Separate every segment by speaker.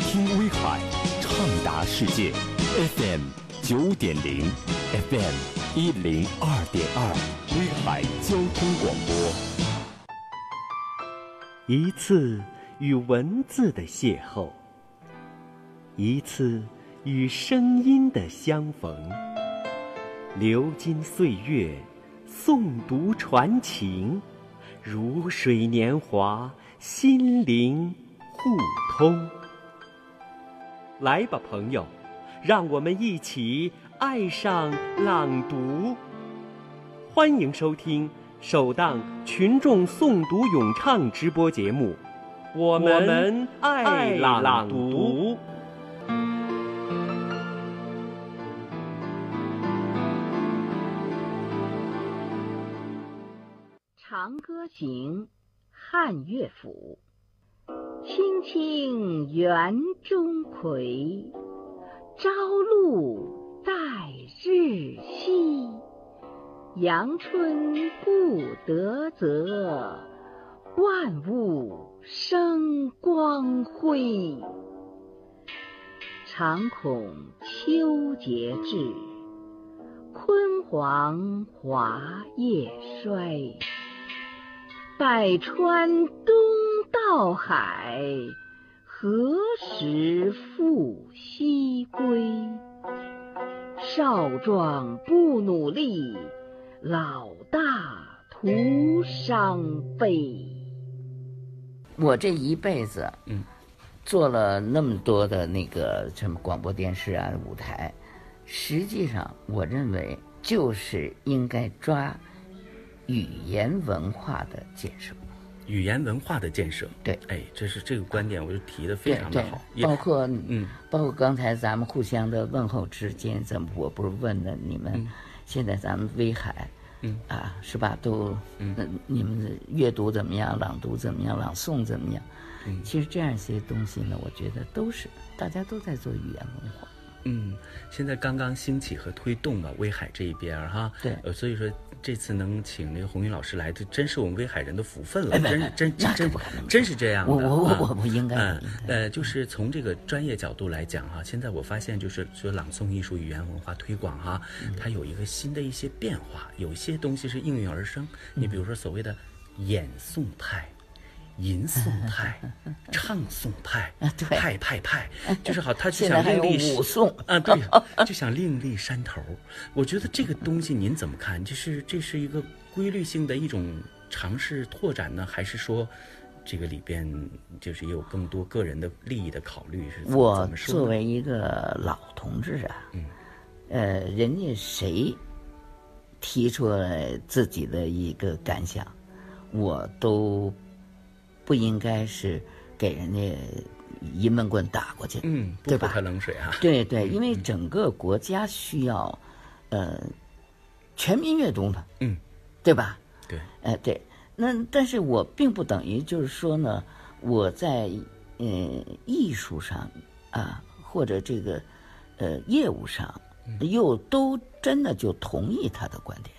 Speaker 1: 听威海，畅达世界，FM 九点零，FM 一零二点二，威海交通广播。
Speaker 2: 一次与文字的邂逅，一次与声音的相逢，流金岁月，诵读传情，如水年华，心灵互通。来吧，朋友，让我们一起爱上朗读。欢迎收听首档群众诵读咏唱直播节目，我们爱朗读。
Speaker 3: 《长歌行》汉乐府。青青园中葵，朝露待日晞。阳春布德泽，万物生光辉。常恐秋节至，焜黄华叶衰。百川东到海，何时复西归？少壮不努力，老大徒伤悲。
Speaker 4: 我这一辈子，嗯，做了那么多的那个什么广播电视啊、舞台，实际上我认为就是应该抓语言文化的建设。
Speaker 5: 语言文化的建设。
Speaker 4: 对
Speaker 5: 哎，这是这个观点，我就提的非常的好，也
Speaker 4: 包括
Speaker 5: 嗯，
Speaker 4: 包括刚才咱们互相的问候之间，怎么我不是问了你们，现在咱们威海，
Speaker 5: 嗯
Speaker 4: 啊，是吧？都，嗯，你们的阅读怎么样？朗读怎么样？朗诵怎么样？嗯，其实这样一些东西呢，我觉得都是大家都在做语言文化。
Speaker 5: 嗯，现在刚刚兴起和推动嘛，威海这一边儿哈，
Speaker 4: 对
Speaker 5: 呃，所以说这次能请那个红云老师来，这真是我们威海人的福分了，
Speaker 4: 哎不
Speaker 5: 真
Speaker 4: 不
Speaker 5: 是真
Speaker 4: 那
Speaker 5: 真
Speaker 4: 可
Speaker 5: 真
Speaker 4: 不敢那么
Speaker 5: 真是这样的。
Speaker 4: 我我我
Speaker 5: 啊
Speaker 4: 我不应该
Speaker 5: 嗯
Speaker 4: 不应，该
Speaker 5: 呃，就是从这个专业角度来讲哈、现在我发现就是说朗诵艺术语言文化推广哈、
Speaker 4: 嗯
Speaker 5: 它有一个新的一些变化，有些东西是应运而生，你
Speaker 4: 嗯
Speaker 5: 比如说所谓的演诵派。吟诵 派、唱诵派
Speaker 4: 啊、对
Speaker 5: 派派派，就是好，他就
Speaker 4: 现在
Speaker 5: 想
Speaker 4: 还
Speaker 5: 另
Speaker 4: 有
Speaker 5: 立史
Speaker 4: 武颂，
Speaker 5: 啊，对呀， 就想另立山头。我觉得这个东西您怎么看？就是这是一个规律性的一种尝试拓展呢，还是说这个里边就是也有更多个人的利益的考虑？是怎么
Speaker 4: 我
Speaker 5: 怎么说呢？
Speaker 4: 作为一个老同志啊，嗯，呃，人家谁提出来自己的一个感想，我都不应该是给人家一闷棍打过去，
Speaker 5: 嗯，不
Speaker 4: 对
Speaker 5: 泼
Speaker 4: 吧
Speaker 5: 他冷水啊。
Speaker 4: 对对，因为整个国家需要，呃，全民阅读嘛，
Speaker 5: 嗯，
Speaker 4: 对吧？
Speaker 5: 对，
Speaker 4: 哎、对，那但是我并不等于就是说呢，我在呃艺术上啊，或者这个呃业务上，又都真的就同意他的观点。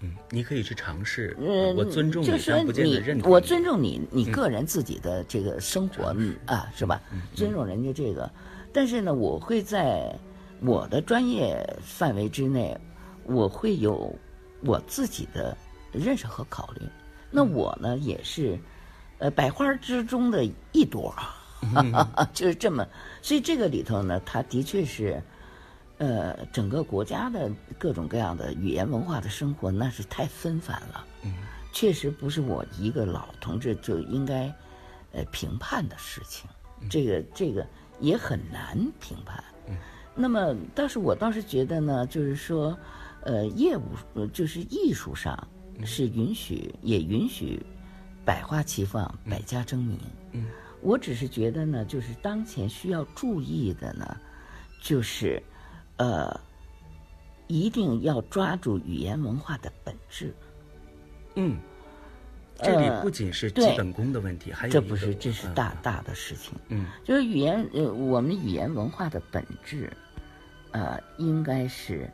Speaker 5: 嗯，你可以去尝试。
Speaker 4: 嗯，
Speaker 5: 我尊重
Speaker 4: 就
Speaker 5: 你，嗯
Speaker 4: 是
Speaker 5: 但不见
Speaker 4: 你
Speaker 5: 得认同。
Speaker 4: 我尊。重你，你个人自己的这个生活嗯啊，是吧？尊重人家这个，但是呢，我会在我的专业范围之内，我会有我自己的认识和考虑。那
Speaker 5: 嗯
Speaker 4: 我呢，也是，呃，百花之中的一朵
Speaker 5: 嗯
Speaker 4: 啊， 就是这么。所以这个里头呢，它的确是。呃，整个国家的各种各样的语言文化的生活，那是太纷繁了。确实不是我一个老同志就应该，呃，评判的事情。这个这个也很难评判。那么，但是我倒是觉得呢，就是说，呃，业务呃就是艺术上是允许，也允许百花齐放、百家争鸣。嗯，我只是觉得呢，就是当前需要注意的呢，就是，呃，一定要抓住语言文化的本质。
Speaker 5: 嗯，这里
Speaker 4: 呃
Speaker 5: 不仅是基
Speaker 4: 对
Speaker 5: 本功的问题，还有
Speaker 4: 这
Speaker 5: 一
Speaker 4: 不
Speaker 5: 个
Speaker 4: 是，这是
Speaker 5: 嗯
Speaker 4: 大大的事情。
Speaker 5: 嗯，
Speaker 4: 就是语言，呃，我们语言文化的本质，呃，应该是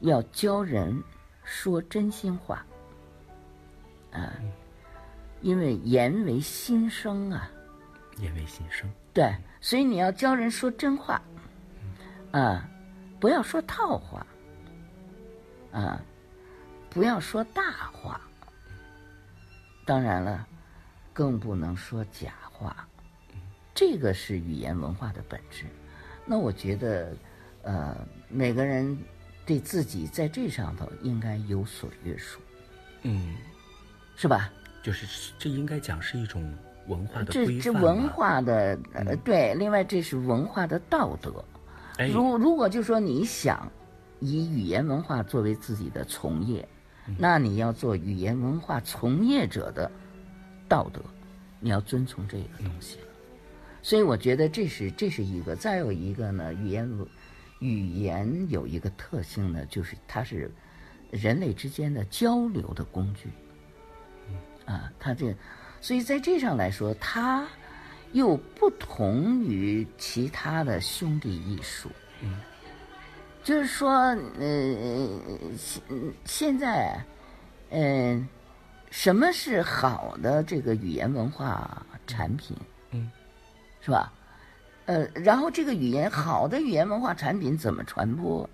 Speaker 4: 要教人说真心话，呃啊、
Speaker 5: 嗯
Speaker 4: 因为言为心声啊，
Speaker 5: 言为心声。
Speaker 4: 对，所以你要教人说真话，啊，不要说套话，啊，不要说大话。当然了，更不能说假话，这个是语言文化的本质。那我觉得，呃，每个人对自己在这上头应该有所约束，
Speaker 5: 嗯，
Speaker 4: 是吧？
Speaker 5: 就是这应该讲是一种文化的
Speaker 4: 这
Speaker 5: 规
Speaker 4: 这
Speaker 5: 范吧。嗯
Speaker 4: 文化的呃，对，另外这是文化的道德。
Speaker 5: 哎，
Speaker 4: 如如果就说你想以语言文化作为自己的从业，那你要做语言文化从业者的道德，你要遵从这个东西。所以我觉得这是这是一个，再有一个呢，语言文语言有一个特性呢，就是它是人类之间的交流的工具。啊，它这，所以在这上来说，它又不同于其他的兄弟艺术。嗯，就是说，呃，现现在，嗯、什么是好的这个语言文化产品？
Speaker 5: 嗯，
Speaker 4: 是吧？呃，然后这个语言好的语言文化产品怎么传播，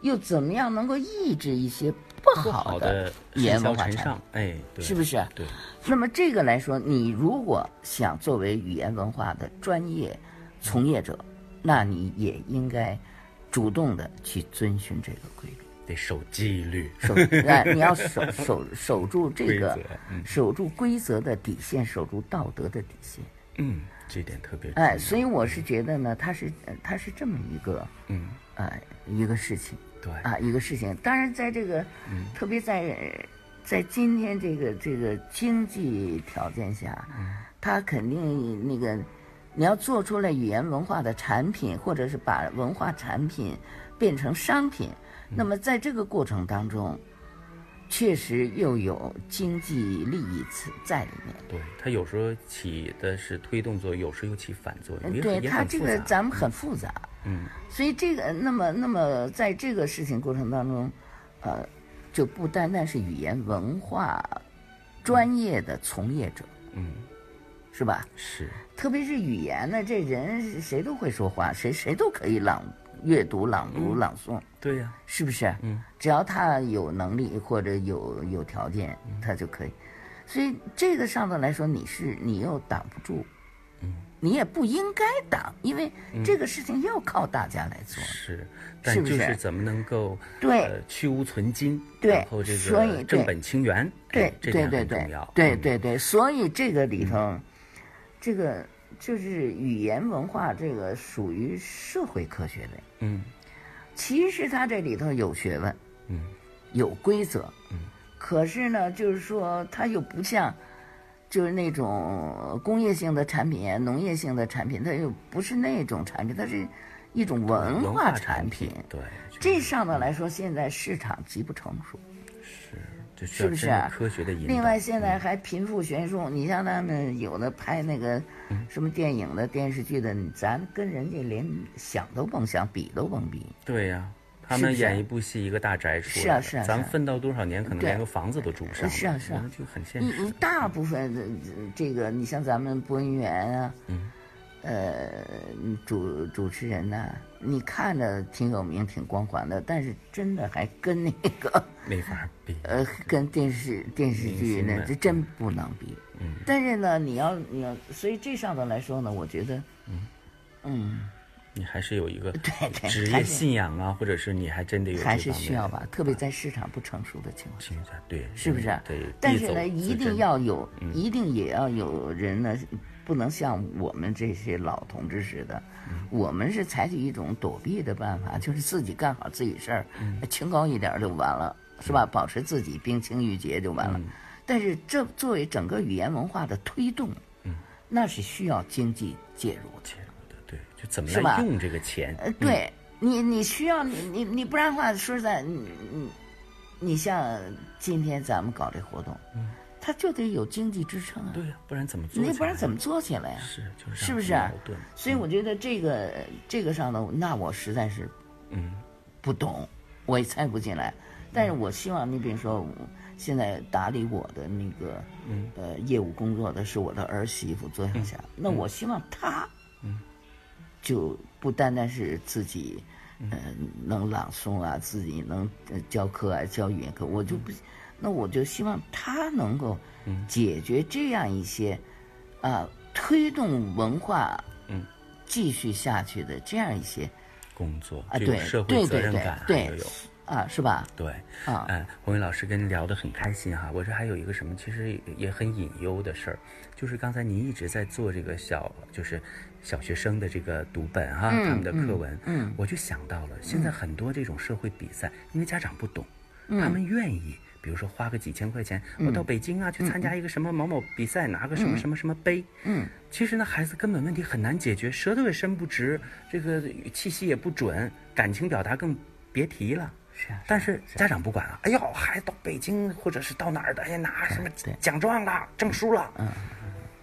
Speaker 4: 又怎么样能够抑制一些不好
Speaker 5: 好的
Speaker 4: 语言文化
Speaker 5: 尘
Speaker 4: 产品？
Speaker 5: 上，哎，对，
Speaker 4: 是不是？
Speaker 5: 对，
Speaker 4: 那么这个来说，你如果想作为语言文化的专业从业者，那你也应该主动的去遵循这个规律，
Speaker 5: 得守纪律。
Speaker 4: 守哎，你要守守守住这个
Speaker 5: 规则，
Speaker 4: 守住规则的底线，守住道德的底线。
Speaker 5: 嗯，这一点特别重要。
Speaker 4: 哎，所以我是觉得呢，它是呃它是这么一个
Speaker 5: 嗯，
Speaker 4: 呃一个事情。
Speaker 5: 对，
Speaker 4: 啊，一个事情。当然，在这个，
Speaker 5: 嗯
Speaker 4: 特别在呃在今天这个这个经济条件下，
Speaker 5: 嗯
Speaker 4: 他肯定那个，你要做出来语言文化的产品，或者是把文化产品变成商品，
Speaker 5: 嗯
Speaker 4: 那么在这个过程当中，确实又有经济利益在里面。
Speaker 5: 对，它有时候起的是推动作用，有时候又起反作用，也
Speaker 4: 嗯对
Speaker 5: 很也
Speaker 4: 它
Speaker 5: 很
Speaker 4: 这
Speaker 5: 复
Speaker 4: 个
Speaker 5: 杂
Speaker 4: 咱们很复杂，
Speaker 5: 嗯，
Speaker 4: 所以这个那么那么在这个事情过程当中，呃，就不单单是语言文化专业的从业者，
Speaker 5: 嗯，
Speaker 4: 是吧？
Speaker 5: 是，
Speaker 4: 特别是语言呢，这人是谁都会说话，谁谁都可以朗阅读、朗读、朗诵，
Speaker 5: 对呀、
Speaker 4: 是不是？嗯，只要他有能力或者有有条件，他就可以。所以这个上头来说，你是你又挡不住，嗯，你也不应该挡，因为这个事情要靠大家来做。
Speaker 5: 是，但
Speaker 4: 是
Speaker 5: 就
Speaker 4: 不是
Speaker 5: 是怎么能够
Speaker 4: 对
Speaker 5: 呃去无存菁，
Speaker 4: 对
Speaker 5: 然后这
Speaker 4: 所以
Speaker 5: 个
Speaker 4: 对
Speaker 5: 正本清源，
Speaker 4: 对
Speaker 5: 哎这
Speaker 4: 对
Speaker 5: 点
Speaker 4: 对
Speaker 5: 很
Speaker 4: 对
Speaker 5: 重要，
Speaker 4: 对
Speaker 5: 嗯
Speaker 4: 对对，所以这个里头，这个就是语言文化，这个属于社会科学类。
Speaker 5: 嗯，
Speaker 4: 其实它这里头有学问，
Speaker 5: 嗯，
Speaker 4: 有规则，嗯，可是呢，就是说它又不像，就是那种工业性的产品、农业性的产品，它又不是那种产品，它是一种文
Speaker 5: 文
Speaker 4: 化
Speaker 5: 化
Speaker 4: 产
Speaker 5: 品，嗯对，
Speaker 4: 这上头来说，现在市场极不成熟。
Speaker 5: 就需
Speaker 4: 是
Speaker 5: 要
Speaker 4: 不
Speaker 5: 真
Speaker 4: 是
Speaker 5: 的
Speaker 4: 啊
Speaker 5: 科学的引导。
Speaker 4: 另外，现在还贫富悬殊，你像他们有的拍那个什么电影的、电视剧的，咱跟人家连想都甭想，比都甭比。
Speaker 5: 对呀、他
Speaker 4: 是不
Speaker 5: 们
Speaker 4: 是
Speaker 5: 演一部戏，一个大宅出
Speaker 4: 是啊
Speaker 5: 来的
Speaker 4: 是啊
Speaker 5: 咱
Speaker 4: 是
Speaker 5: 们
Speaker 4: 啊
Speaker 5: 奋斗多少年，可能
Speaker 4: 对
Speaker 5: 连个房子都住不上了，
Speaker 4: 是啊是啊
Speaker 5: 我们就很现
Speaker 4: 你
Speaker 5: 实
Speaker 4: 你。大部分的呃这个，你像咱们播音员啊，呃，主主持人呐、你看着挺有名、挺光环的，但是真的还跟那个
Speaker 5: 没法儿比，
Speaker 4: 呃，跟电视电视剧
Speaker 5: 明星
Speaker 4: 呢
Speaker 5: 们，
Speaker 4: 这真不能比。嗯。但是呢，你要你要，所以这上头来说呢，我觉得，嗯，
Speaker 5: 你还是有一个
Speaker 4: 对对
Speaker 5: 职
Speaker 4: 还
Speaker 5: 业
Speaker 4: 是
Speaker 5: 信仰啊，或者是你还真得有这
Speaker 4: 还是
Speaker 5: 方面
Speaker 4: 需要
Speaker 5: 的
Speaker 4: 吧，特别在市场不成熟的情况下，
Speaker 5: 情况下，对，
Speaker 4: 是不是啊
Speaker 5: 对，？
Speaker 4: 但
Speaker 5: 必
Speaker 4: 是
Speaker 5: 哎走
Speaker 4: 呢，一
Speaker 5: 自嗯
Speaker 4: 定
Speaker 5: 珍
Speaker 4: 要有，一定也要有人呢，不能像我们这些老同志似的，
Speaker 5: 嗯
Speaker 4: 我们是采取一种躲避的办法，就是自己干好自己事儿，
Speaker 5: 嗯
Speaker 4: 清高一点儿就完了，是吧？保持自己冰清玉洁就完
Speaker 5: 嗯
Speaker 4: 了。但是这作为整个语言文化的推动，
Speaker 5: 嗯
Speaker 4: 那是需要经济介入的。
Speaker 5: 对，就怎么
Speaker 4: 是吧
Speaker 5: 来用这个钱？嗯
Speaker 4: 呃，对你，你需要你你你不然的话，说实在，你你你像今天咱们搞这活动，它就得有经济支撑啊，
Speaker 5: 嗯对呀，不然怎么做起来？
Speaker 4: 你不然怎么做起来呀、
Speaker 5: 是就是
Speaker 4: 是
Speaker 5: 让
Speaker 4: 不
Speaker 5: 人
Speaker 4: 是啊
Speaker 5: 矛盾？
Speaker 4: 所以我觉得这个这个上头，那我实在是
Speaker 5: 嗯，
Speaker 4: 不懂，我也猜不进来。但是我希望你比如说，我现在打理我的那个，嗯，呃，业务工作的是我的儿媳妇左小霞，那我希望她，嗯，就不单单是自己，呃，能朗诵啊，自己能呃教课啊，教语言课，我就不，那我就希望她能够解决这样一些，啊、推动文化，
Speaker 5: 嗯，
Speaker 4: 继续下去的这样一些
Speaker 5: 工作
Speaker 4: 啊，
Speaker 5: 就
Speaker 4: 对
Speaker 5: 有社会
Speaker 4: 对
Speaker 5: 责
Speaker 4: 对
Speaker 5: 任
Speaker 4: 对
Speaker 5: 感啊，
Speaker 4: 对
Speaker 5: 要有。
Speaker 4: 啊，是吧？
Speaker 5: 对，
Speaker 4: 啊
Speaker 5: 嗯，洪云老师跟您聊得很开心哈。我说还有一个什么，其实也很隐忧的事儿，就是刚才您一直在做这个小，就是小学生的这个读本哈，他们的课文，
Speaker 4: 嗯
Speaker 5: 我就想到了，现在很多这种社会比赛，因为家长不懂，
Speaker 4: 嗯
Speaker 5: 他们愿意。比如说花个几千块钱，我到北京啊去参加一个什么某某比赛，拿个什么什么什么杯。
Speaker 4: 嗯，
Speaker 5: 其实呢，孩子根本问题很难解决，舌头也伸不直，这个气息也不准，感情表达更别提了。
Speaker 4: 是啊，
Speaker 5: 但是家长不管啊，哎呦，孩子到北京或者是到哪儿的，哎呀，拿什么奖状了、证书了，嗯，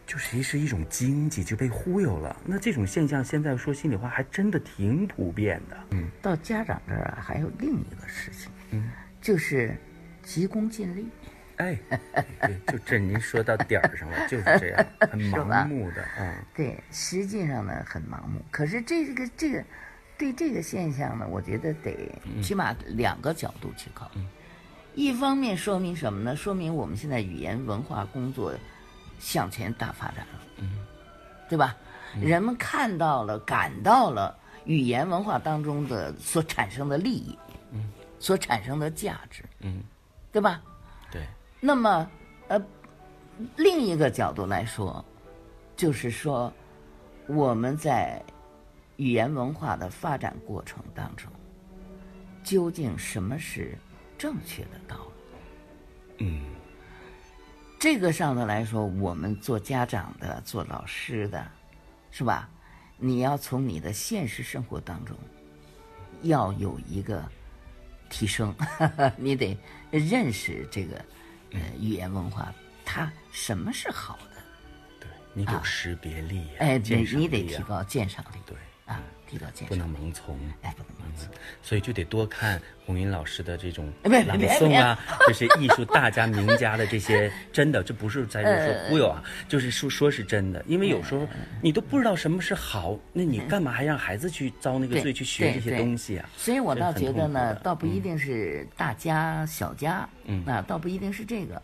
Speaker 5: 就其实一种经济就被忽悠了。那这种现象现在说心里话还真的挺普遍的。嗯
Speaker 4: 到家长这儿啊，还有另一个事情，嗯，就是急功近利，
Speaker 5: 哎，对，就这您说到点儿上 了，就是这样，很盲目的啊。
Speaker 4: 对，实际上呢很盲目。可是这个这个，对这个现象呢，我觉得得起码两个角度去考虑。一方面说明什么呢？说明我们现在语言文化工作向前大发展了，嗯，对吧？人们看到了、感到了语言文化当中的所产生的利益，嗯，所产生的价值，
Speaker 5: 嗯，
Speaker 4: 对吧？
Speaker 5: 对，
Speaker 4: 那么，呃，另一个角度来说，就是说，我们在语言文化的发展过程当中，究竟什么是正确的道路？
Speaker 5: 嗯，
Speaker 4: 这个上头来说，我们做家长的、做老师的，是吧？你要从你的现实生活当中，要有一个提升， 你得认识这个呃语言文化，它什么是好的？
Speaker 5: 对，你得有识别力呀、
Speaker 4: 哎，对
Speaker 5: 鉴，赏
Speaker 4: 你得
Speaker 5: 力呀
Speaker 4: 提，高鉴赏力，
Speaker 5: 对，
Speaker 4: 啊，提高鉴
Speaker 5: 不能
Speaker 4: 赏，力，
Speaker 5: 盲从。
Speaker 4: 哎，不能盲从。
Speaker 5: 所以就得多看红云老师的这种
Speaker 4: 别别
Speaker 5: 朗诵啊，
Speaker 4: 哎
Speaker 5: 这些艺术大家、名家的这 些，真的，这不是在这说忽悠
Speaker 4: 嗯
Speaker 5: 啊，就是说说是真的，因为有时候你都不知道什么是好，那你干嘛还让孩子去遭那个
Speaker 4: 嗯对
Speaker 5: 罪去学这些
Speaker 4: 对对
Speaker 5: 东西啊？
Speaker 4: 所以我倒觉得
Speaker 5: 这很痛
Speaker 4: 呢
Speaker 5: 苦的，嗯
Speaker 4: 倒不一定是大家小家，嗯，啊，倒不一定是这个，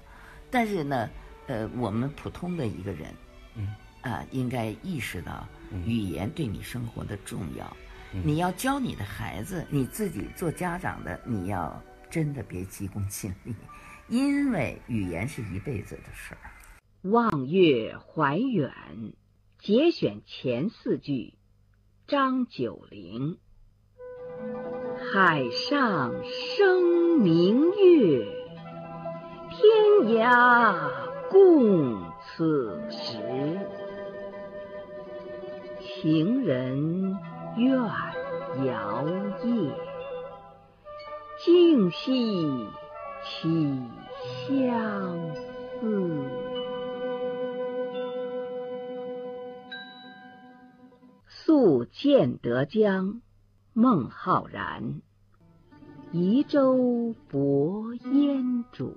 Speaker 4: 但是呢，呃，我们普通的一个人，嗯，啊，应该意识到
Speaker 5: 嗯
Speaker 4: 语言对你生活的重要。你要教你的孩子，你自己做家长的，你要真的别急功近利，因为语言是一辈子的事儿。
Speaker 3: 望月怀远，节选前四句，张九龄。海上生明月，天涯共此时。情人怨遥夜，竟夕起相思。宿建德江，孟浩然。移舟泊烟渚，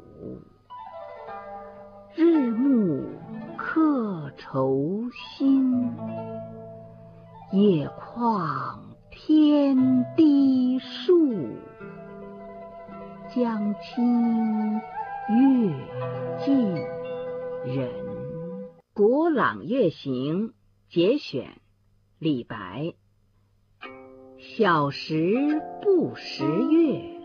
Speaker 3: 日暮客愁新。夜旷天低树，江清月近人。《古朗月行》节选。李白：小时不识月，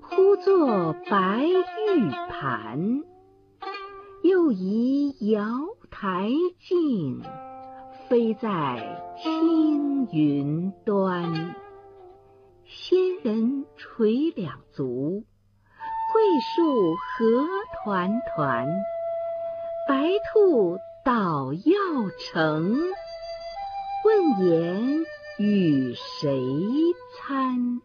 Speaker 3: 呼作白玉盘。又疑瑶台镜，飞在青云端。仙人垂两足，桂树何团团。白兔捣药成。问言与谁餐？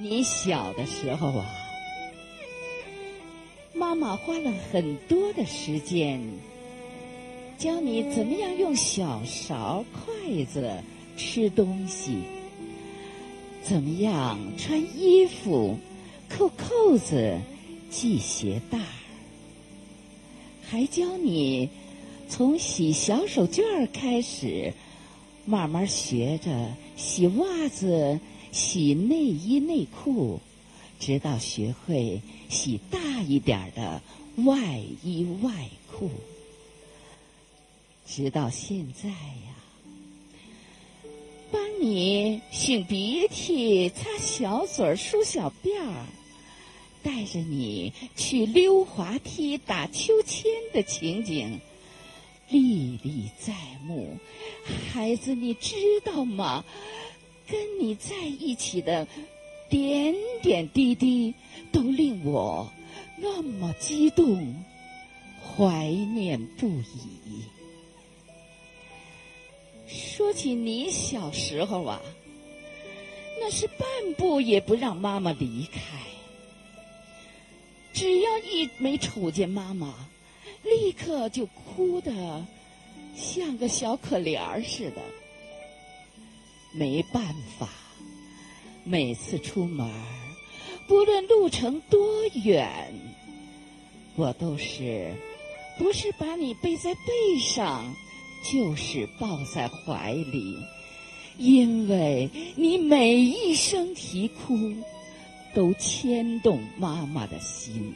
Speaker 6: 你小的时候啊，妈妈花了很多的时间，教你怎么样用小勺、筷子吃东西，
Speaker 3: 怎么样穿衣服、扣扣子、系鞋带儿，还教你从洗小手绢儿开始，慢慢学着洗袜子、洗内衣内裤，直到学会洗大一点儿的外衣外裤。直到现在呀，帮你擤鼻涕、擦小嘴儿、梳小辫儿，带着你去溜滑梯、打秋千的情景，历历在目。孩子，你知道吗？跟你在一起的点点滴滴，都令我那么激动，怀念不已。说起你小时候啊，那是半步也不让妈妈离开。只要一没瞅见妈妈，立刻就哭得像个小可怜儿似的。没办法，每次出门儿，不论路程多远，我都是不是把你背在背上，就是抱在怀里，因为你每一声啼哭，都牵动妈妈的心。